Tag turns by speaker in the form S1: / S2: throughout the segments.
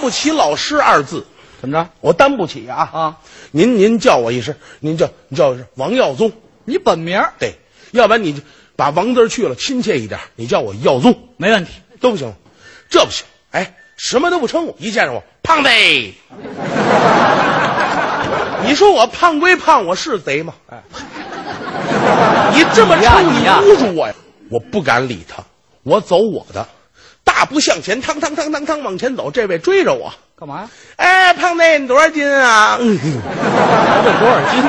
S1: 不起老师二字，
S2: 怎么着？
S1: 我担不起啊！
S2: 啊，
S1: 您您叫我一声，您叫您叫我一声王耀宗，
S2: 你本名儿
S1: 对，要不然你就把王字儿去了，亲切一点，你叫我耀宗
S2: 没问题，
S1: 都不行，这不行，哎，什么都不称呼，一见着我胖贼， 你说我胖归胖，我是贼吗？哎，你这么
S2: 你
S1: 称
S2: 呀
S1: 呼，
S2: 你呀
S1: 侮辱我呀！我不敢理他，我走我的，大步向前，趟趟趟趟趟往前走，这位追着我。
S2: 干嘛呀？
S1: 哎，胖子，你多少斤啊？嗯，问 多少斤？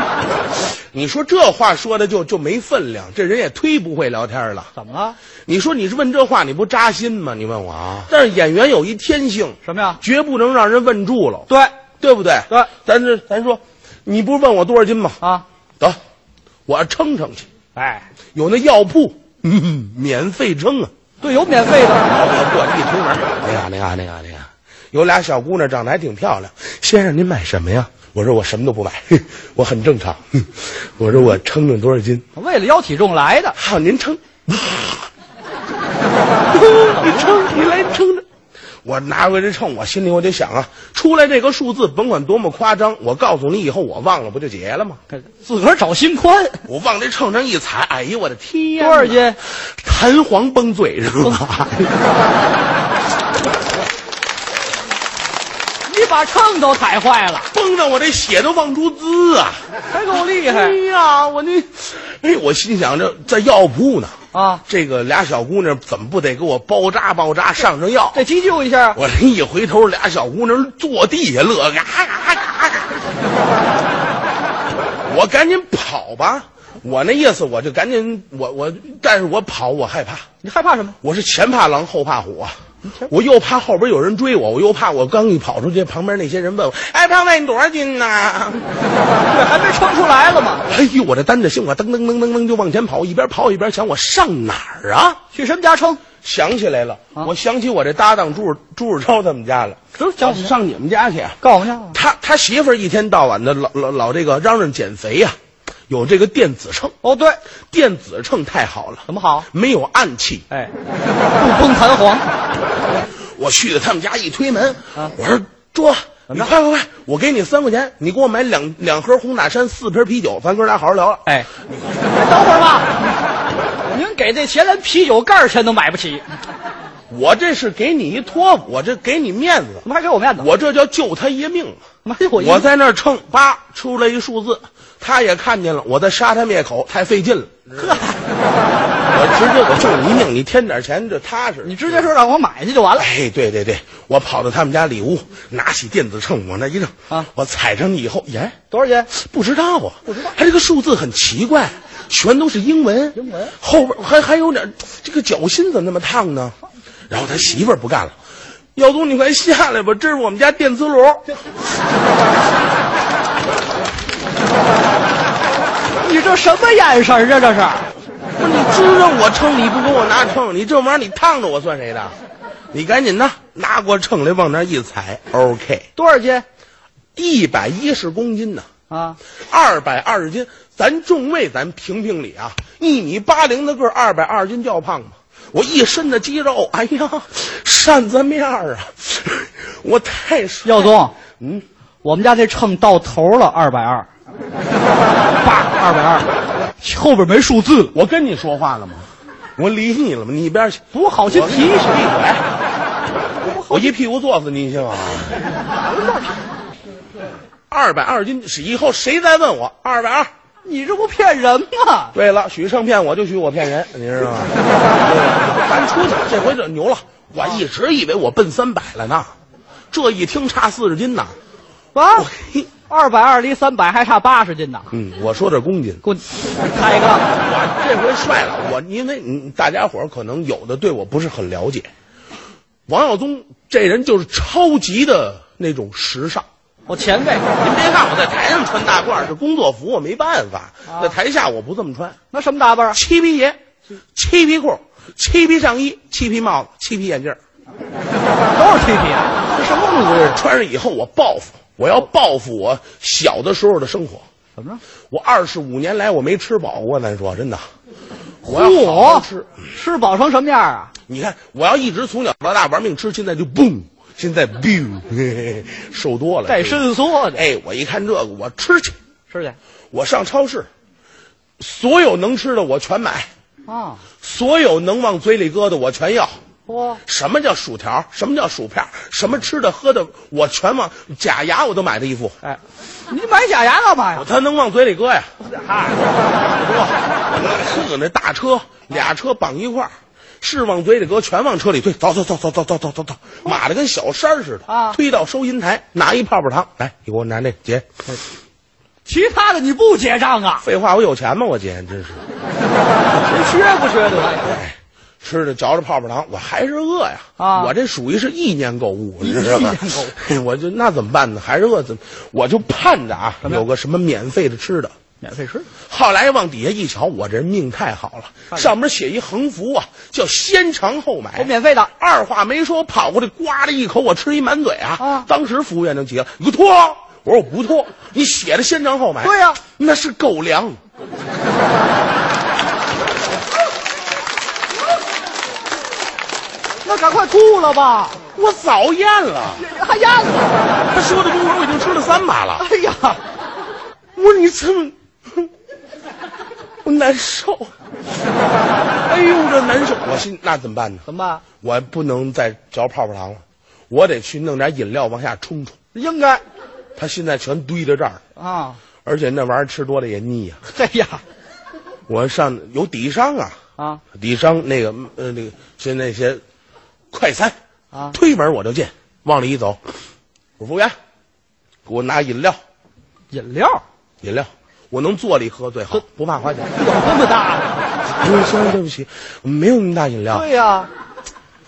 S1: 你说这话说的就就没分量，这人也忒不会聊天了。
S2: 怎么了？
S1: 你说你是问这话，你不扎心吗？你问我啊？但是演员有一天性，
S2: 什么呀？
S1: 绝不能让人问住了，
S2: 对
S1: 对不对？
S2: 对
S1: 咱这咱说，你不是问我多少斤吗？
S2: 啊，
S1: 得，我称称去，
S2: 哎，
S1: 有那药铺，嗯，免费称啊。
S2: 对，有免费的。
S1: 我过一推门，那个哎那个那个那个，有俩小姑娘长得还挺漂亮。先生，您买什么呀？我说我什么都不买， 哼我很正常。 哼我说我称称多少斤？
S2: 为了邀体重来的，
S1: 好，您称。 你称，你来称着。我拿回来称，我心里我就想啊，出来这个数字甭管多么夸张，我告诉你以后我忘了不就结了吗？
S2: 自个儿找心宽。
S1: 我往这秤上一踩，哎呦我的天！
S2: 多少斤？
S1: 弹簧崩嘴上 了。
S2: 你把秤都踩坏了，
S1: 崩着我这血都往出滋啊！
S2: 还够厉害
S1: 哎呀，我那，哎，我心想着在药铺呢，
S2: 啊！
S1: 这个俩小姑娘怎么不得给我包扎包扎，上上药？
S2: 这急救一下，
S1: 我这一回头，俩小姑娘坐地下乐个，啊啊啊啊！我赶紧跑吧，我那意思我就赶紧，我我，但是我跑我害怕，
S2: 你害怕什么？
S1: 我是前怕狼后怕虎啊！我又怕后边有人追我，我又怕我刚一跑出去，旁边那些人问我：“哎，胖子，你多少斤呐、
S2: 对，还没称出来了吗？
S1: 哎呦，我这担着心，我噔噔噔噔噔就往前跑，一边跑一边想我上哪儿啊？
S2: 去什么家称？
S1: 想起来了，
S2: 啊
S1: 我想起我这搭档朱朱世超他们家了，
S2: 都
S1: 我
S2: 讲我们家，
S1: 上你们家去啊。
S2: 告我们家。
S1: 他他媳妇儿一天到晚的老老老这个嚷嚷减肥呀、有这个电子秤，
S2: 哦，对，
S1: 电子秤太好了，
S2: 怎么好？
S1: 没有暗器。
S2: 哎，不崩弹簧，
S1: 我去了他们家一推门，
S2: 啊
S1: 我说桌子，
S2: 怎
S1: 你
S2: 么着
S1: 快快快，我给你三块钱，你给我买两两盒红塔山，四瓶啤酒，咱哥俩好好聊聊。
S2: 哎，等会儿吧，您给这钱连啤酒盖儿钱都买不起，
S1: 我这是给你一托付，我这给你面子。
S2: 怎么还给我面子？
S1: 我这叫救他一命啊。
S2: 妈呀，我一
S1: 我在那儿称，叭出来一数字，他也看见了，我在杀他灭口，太费 劲了。我直接我救你一命，你添点钱这踏实。
S2: 你直接说让我买去就完了。
S1: 哎，对对对，我跑到他们家里屋，拿起电子秤往那一扔
S2: 啊
S1: 我踩上去以后，耶，
S2: 多少钱？
S1: 不知道啊，不知道，他这个数字很奇怪，全都是英文，
S2: 英文
S1: 后边还还有点这个脚心怎么那么烫呢？
S2: 啊
S1: 然后他媳妇儿不干了，耀东你快下来吧，这是我们家电磁炉。
S2: 你这什么眼神儿啊？这是
S1: 不是你知道我称，你不给我拿秤，你这玩意儿你烫着我算谁的？你赶紧的拿过秤来往那儿一踩，OK，
S2: 多少斤？
S1: 一百一十公斤呢、
S2: 啊，
S1: 二百二十斤，咱众位咱评评理啊，一米八零的个儿，二百二十斤叫胖吗？我一身的肌肉，哎呀，扇子面儿啊，我太帅
S2: 耀宗，
S1: 嗯，
S2: 我们家这秤到头了，二百二，爸，二百二，后边没数字了，
S1: 我跟你说话了吗？我理你了吗？你一边去，
S2: 不好心
S1: 我
S2: 提
S1: 闭嘴！我一屁股坐死你，信吗？二百二斤，以后谁再问我二百二？
S2: 你这不骗人吗？
S1: 对了，许胜骗我就许我骗人，你知道吗？咱出去，这回这牛了。我一直以为我奔三百了呢，这一听差四十斤呢。
S2: 啊
S1: 我，嘿
S2: 二百二离三百还差八十斤呢，
S1: 嗯，我说这公斤，
S2: 滚，开一
S1: 我
S2: 个，
S1: 这回帅了。我因为嗯大家伙儿可能有的对我不是很了解，王耀宗这人就是超级的那种时尚。
S2: 我前辈，
S1: 您别看我在台上穿大褂儿是工作服，我没办法，
S2: 啊
S1: 在台下我不这么穿。
S2: 那什么打扮啊？
S1: 漆皮鞋、漆皮裤、漆皮上衣、漆皮帽子、漆皮眼镜儿，
S2: 都是 T P 啊？这什么路子？
S1: 穿上以后我报复，我要报复我小的时候的生活。
S2: 怎么着？
S1: 我二十五年来我没吃饱过，咱说真的，我要好好
S2: 嚯
S1: 吃。，
S2: 吃饱成什么样啊？
S1: 你看，我要一直从小到大玩命吃，现在就嘣现在 biu 瘦多了，
S2: 带伸缩的，
S1: 哎，我一看这个，我吃去，
S2: 是的
S1: 我上超市，所有能吃的我全买，
S2: 啊，
S1: 所有能往嘴里搁的我全要。
S2: 哇，
S1: 什么叫薯条？什么叫薯片？什么吃的喝的我全往假牙我都买了一副，
S2: 哎，你买假牙干嘛呀？
S1: 他能往嘴里搁呀？
S2: 嗨，
S1: 哇，呵，那大车俩车绑一块儿，是往嘴里搁，全往车里推，走走走走走走走走走，码的跟小山儿似的
S2: 啊
S1: 推到收银台，拿一泡泡糖，来，你给我拿这结。
S2: 其他的你不结账啊？
S1: 废话，我有钱吗？我姐真是
S2: 您缺不缺德呀？
S1: 吃着嚼着泡泡糖，我还是饿呀。
S2: 啊
S1: 我这属于是意念购物，你知道吗
S2: 意念购？
S1: 我就那怎么办呢？还是饿，怎么？我就盼着啊，
S2: 么样
S1: 有个什么免费的吃的。
S2: 免费吃，
S1: 后来往底下一瞧，我这人命太好了，
S2: 看见
S1: 上面写一横幅啊，叫“先尝后买”，
S2: 我哎哦免费的。
S1: 二话没说，跑过去，呱的一口，我吃一满嘴啊！
S2: 啊
S1: 当时服务员就急了：“你给我脱！”我说：“我不脱，你写的先尝后买。”
S2: 对呀
S1: 那是狗粮。
S2: 那赶快吐了吧！
S1: 我早咽了，
S2: 还咽了。
S1: 他说的功夫我已经吃了三把了。
S2: 哎呀，
S1: 我说你这么，哼我难受。哎呦，这难受！我心那怎么办呢？
S2: 怎么办？
S1: 我不能再嚼泡泡糖了，我得去弄点饮料往下冲冲。
S2: 应该
S1: 他现在全堆在这儿，
S2: 啊。
S1: 而且那玩意儿吃多了也腻呀、
S2: 哎呀，
S1: 我上有底商啊。
S2: 啊
S1: 李商那个呃那个是那些快餐
S2: 啊
S1: 推门我就进，往里一走，我说服务员，给我拿饮料，
S2: 饮料
S1: 饮料，我能坐里喝最好，不怕花钱。
S2: 有那么大的？
S1: 我说先生对不起，我没有那么大饮料，
S2: 对呀、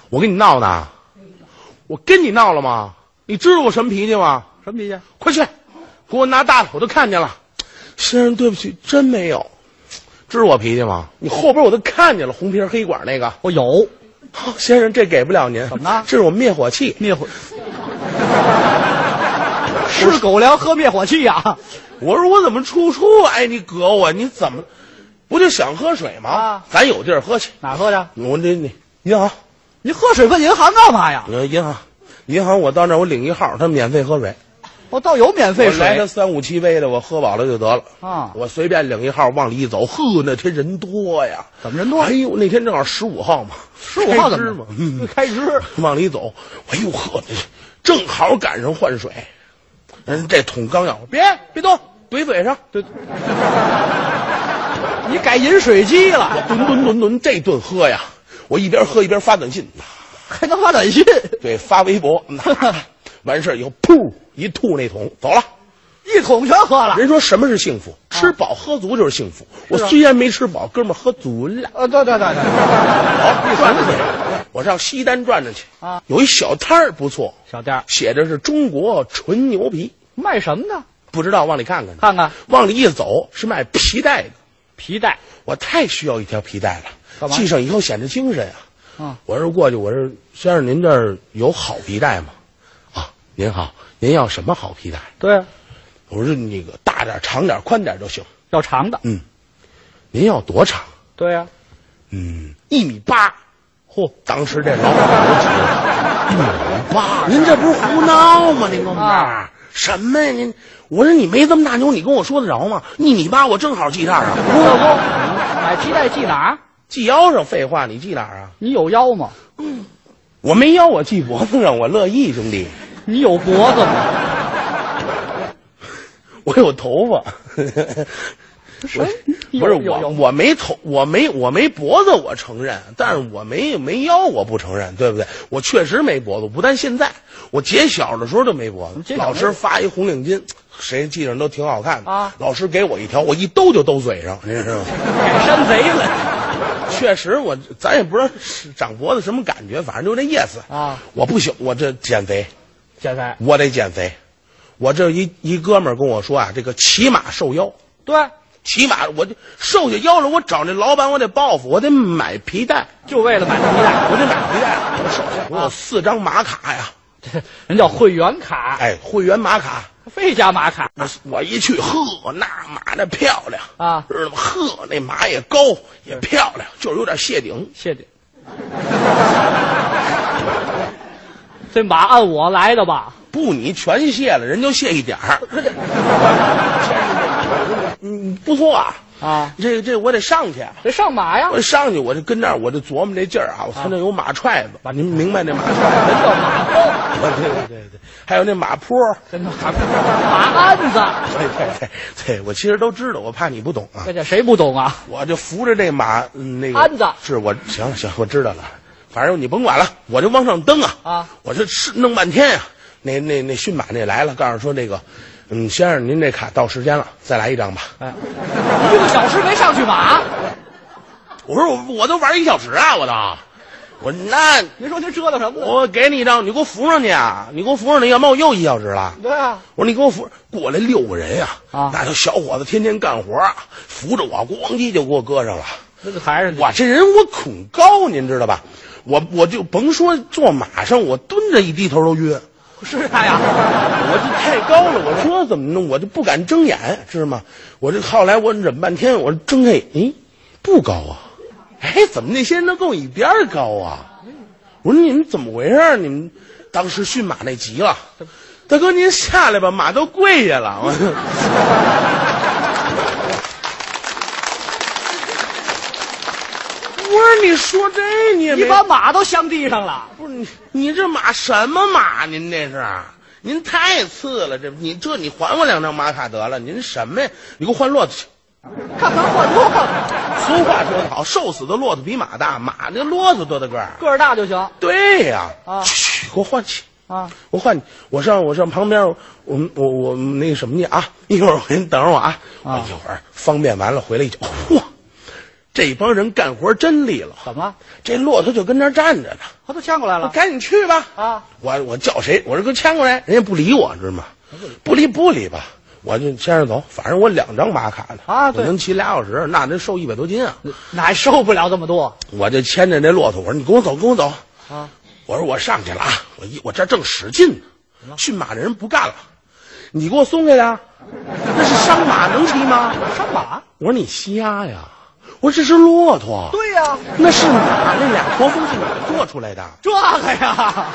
S1: 我跟你闹呢，我跟你闹了吗？你知道我什么脾气吗？
S2: 什么脾气？
S1: 快去，给我拿大的，我都看见了。先生对不起，真没有，知道我脾气吗？你后边我都看见了，红皮儿黑管那个。
S2: 我哦有
S1: 好先生，这给不了您。
S2: 怎么了
S1: 这是我们灭火器。
S2: 灭火， 吃狗粮喝灭火器呀、
S1: 我说我怎么处处挨你隔我？你怎么不就想喝水吗？
S2: 啊
S1: 咱有地儿喝去。
S2: 哪喝去？
S1: 我这你呃银行，
S2: 你喝水问银行干嘛呀
S1: 我？说银行，银行，我到那儿我领一号，他免费喝水。
S2: 我哦倒有免费
S1: 我来个
S2: 水
S1: 三五七杯的，我喝饱了就得了。
S2: 啊！
S1: 我随便领一号，往里一走，呵，那天人多呀。
S2: 怎么人多
S1: 哎？呦，那天正好十五号嘛，
S2: 十五号
S1: 开
S2: 怎
S1: 支
S2: 么
S1: 嘛
S2: 了？
S1: 嗯，
S2: 开支
S1: 往里走，哎呦呵，正好赶上换水，人这桶刚要，别别动，怼嘴上，
S2: 对，你改饮水机了，
S1: 吨吨吨吨，这顿喝呀！我一边喝一边发短信，
S2: 还能发短信？
S1: 对，发微博。 完事儿以后，噗一吐那桶走了。
S2: 一桶全喝了。
S1: 人说什么是幸福？吃饱喝足就是幸福。
S2: 啊
S1: 我虽然没吃饱，哥们儿喝足了。
S2: 呃，对对对对，
S1: 好，转转去，我上西单转转去
S2: 啊
S1: 有一小摊儿不错，
S2: 小店儿
S1: 写着是中国纯牛皮，
S2: 卖什么呢？
S1: 不知道往里看看去。
S2: 看看
S1: 往里一走是卖皮带的，
S2: 皮带
S1: 我太需要一条皮带了，
S2: 干嘛
S1: 系上以后显得精神啊。
S2: 啊，
S1: 我说过去，我说先生，您这儿有好皮带吗？啊，您好，您要什么好皮带？
S2: 对，啊
S1: 我说那个大点儿、长点儿、宽点儿就行。
S2: 要长的，
S1: 您要多长？
S2: 对啊呀、
S1: 嗯，一米八。嚯，当时这老板都急了， 一米八，您这不是胡闹吗？您跟我们这儿
S2: 啊
S1: 什么呀？您，我说你没这么大牛，你跟我说得着吗？一米八，我正好系这儿啊，
S2: 不不，买皮带系哪儿？
S1: 系腰上。废话，你系哪儿啊？
S2: 你有腰吗？
S1: 我没腰，我系脖子上，我乐意，兄弟。
S2: 你有脖子吗？
S1: 我有头 发，
S2: 谁？
S1: 不是我，我没头，我没我没脖子，我承认，但是我没没腰，我不承认，对不对？我确实没脖子，不但现在，我姐小的时候就没脖子。
S2: 揭晓
S1: 老
S2: 没
S1: 师发一红领巾，谁系上都挺好看的
S2: 啊
S1: 老师给我一条，我一兜就兜嘴上，您知 道吗？
S2: 改山贼了
S1: 确实我，咱也不知道是长脖子什么感觉，反正就这意思。
S2: 啊！
S1: 我不行，我这减肥，
S2: 现在
S1: 我得减肥。我这一一哥们儿跟我说啊，这个骑马瘦腰。
S2: 对，啊
S1: 起码我就瘦下腰了，我找那老板，我得报复，我得买皮带，
S2: 就为了买皮带，
S1: 我得买皮带。我手下我有四张马卡呀，
S2: 这人叫会员卡，
S1: 哎，会员马卡。
S2: 非加马卡
S1: 我我一去，呵，那马那漂亮
S2: 啊
S1: 知道吗？呵，那马也高也漂亮，就是有点谢顶。
S2: 谢谢。这马按我来的吧？
S1: 不，你全卸了，人就卸一点儿。 嗯，不错啊，
S2: 啊，
S1: 这这我得上去啊，
S2: 这上马呀
S1: 我，上去我就跟那儿我就琢磨这劲儿啊，我看那有马踹子，把您明白那马踹子
S2: 叫马蜂，
S1: 对对对对，还有那马坡，
S2: 真的马鞍子，
S1: 对对对对，我其实都知道，我怕你不懂啊，
S2: 这叫谁不懂啊？
S1: 我就扶着这马，嗯那个
S2: 鞍子
S1: 是我行了行了，我知道了，反正你甭管了，我就往上蹬啊
S2: 啊，
S1: 我这是弄半天呀、那那那驯马那来了，告诉说那个，嗯，先生您这卡到时间了，再来一张吧。
S2: 哎，一个小时没上去马，
S1: 我说我我都玩一小时啊，我都，我那
S2: 您说您折腾什么呢？
S1: 我给你一张，你给我扶上去啊，你给我扶上去，要么我又一小时了。
S2: 对啊，
S1: 我说你给我扶过来六个人呀、
S2: 啊
S1: 那就小伙子天天干活啊，扶着我咣叽就给我搁上了。
S2: 那个还是
S1: 我这人我恐高，您知道吧？我我就甭说坐马上，我蹲着一低头都晕，
S2: 是他呀，
S1: 我这太高了，我这怎么弄？我就不敢睁眼，知道吗？我这后来我忍半天，我睁开，哎，不高啊，哎，怎么那些人都跟我一边儿高啊？我说你们怎么回事儿？你们当时驯马那急了，大哥您下来吧，马都跪下了。我说我说你说这你也没
S2: 你把马都镶地上了，
S1: 不是你，你这马什么马？您这是，您太次了！这你这你还我两张马卡得了？您什么呀？你给我换骆驼去。
S2: 看看换多换，
S1: 俗话说得好，瘦死的骆驼比马大，马那骆驼多大个儿？
S2: 个儿大就行
S1: 对呀、
S2: 啊
S1: 去去给我换去。
S2: 啊。
S1: 我换你，我上我上旁边，我们我我那个什么去啊？一会儿我您等着我啊，
S2: 啊
S1: 我一会儿方便完了回来一瞧，嚯，这帮人干活真利落，
S2: 怎么了？
S1: 这骆驼就跟那儿站着呢。
S2: 他都牵过来
S1: 我
S2: 了
S1: 赶紧去吧！
S2: 啊！
S1: 我我叫谁？我说给我牵过来，人家不理我，知道吗？不理不理吧，我就牵着走。反正我两张马卡呢，
S2: 啊
S1: 我
S2: 对
S1: 能骑俩小时，那得瘦一百多斤啊！
S2: 哪还受不了这么多
S1: 我就牵着那骆驼，我说你跟我走，跟我走。
S2: 啊？
S1: 我说我上去了啊，我一我这正使劲呢，驯马的人不干了，你给我松开他，啊那是伤马能骑吗？
S2: 上马？
S1: 我说你瞎呀！我说这是骆驼，
S2: 对呀、
S1: 那是马，那俩驼峰是马做出来的。啊
S2: 这个呀，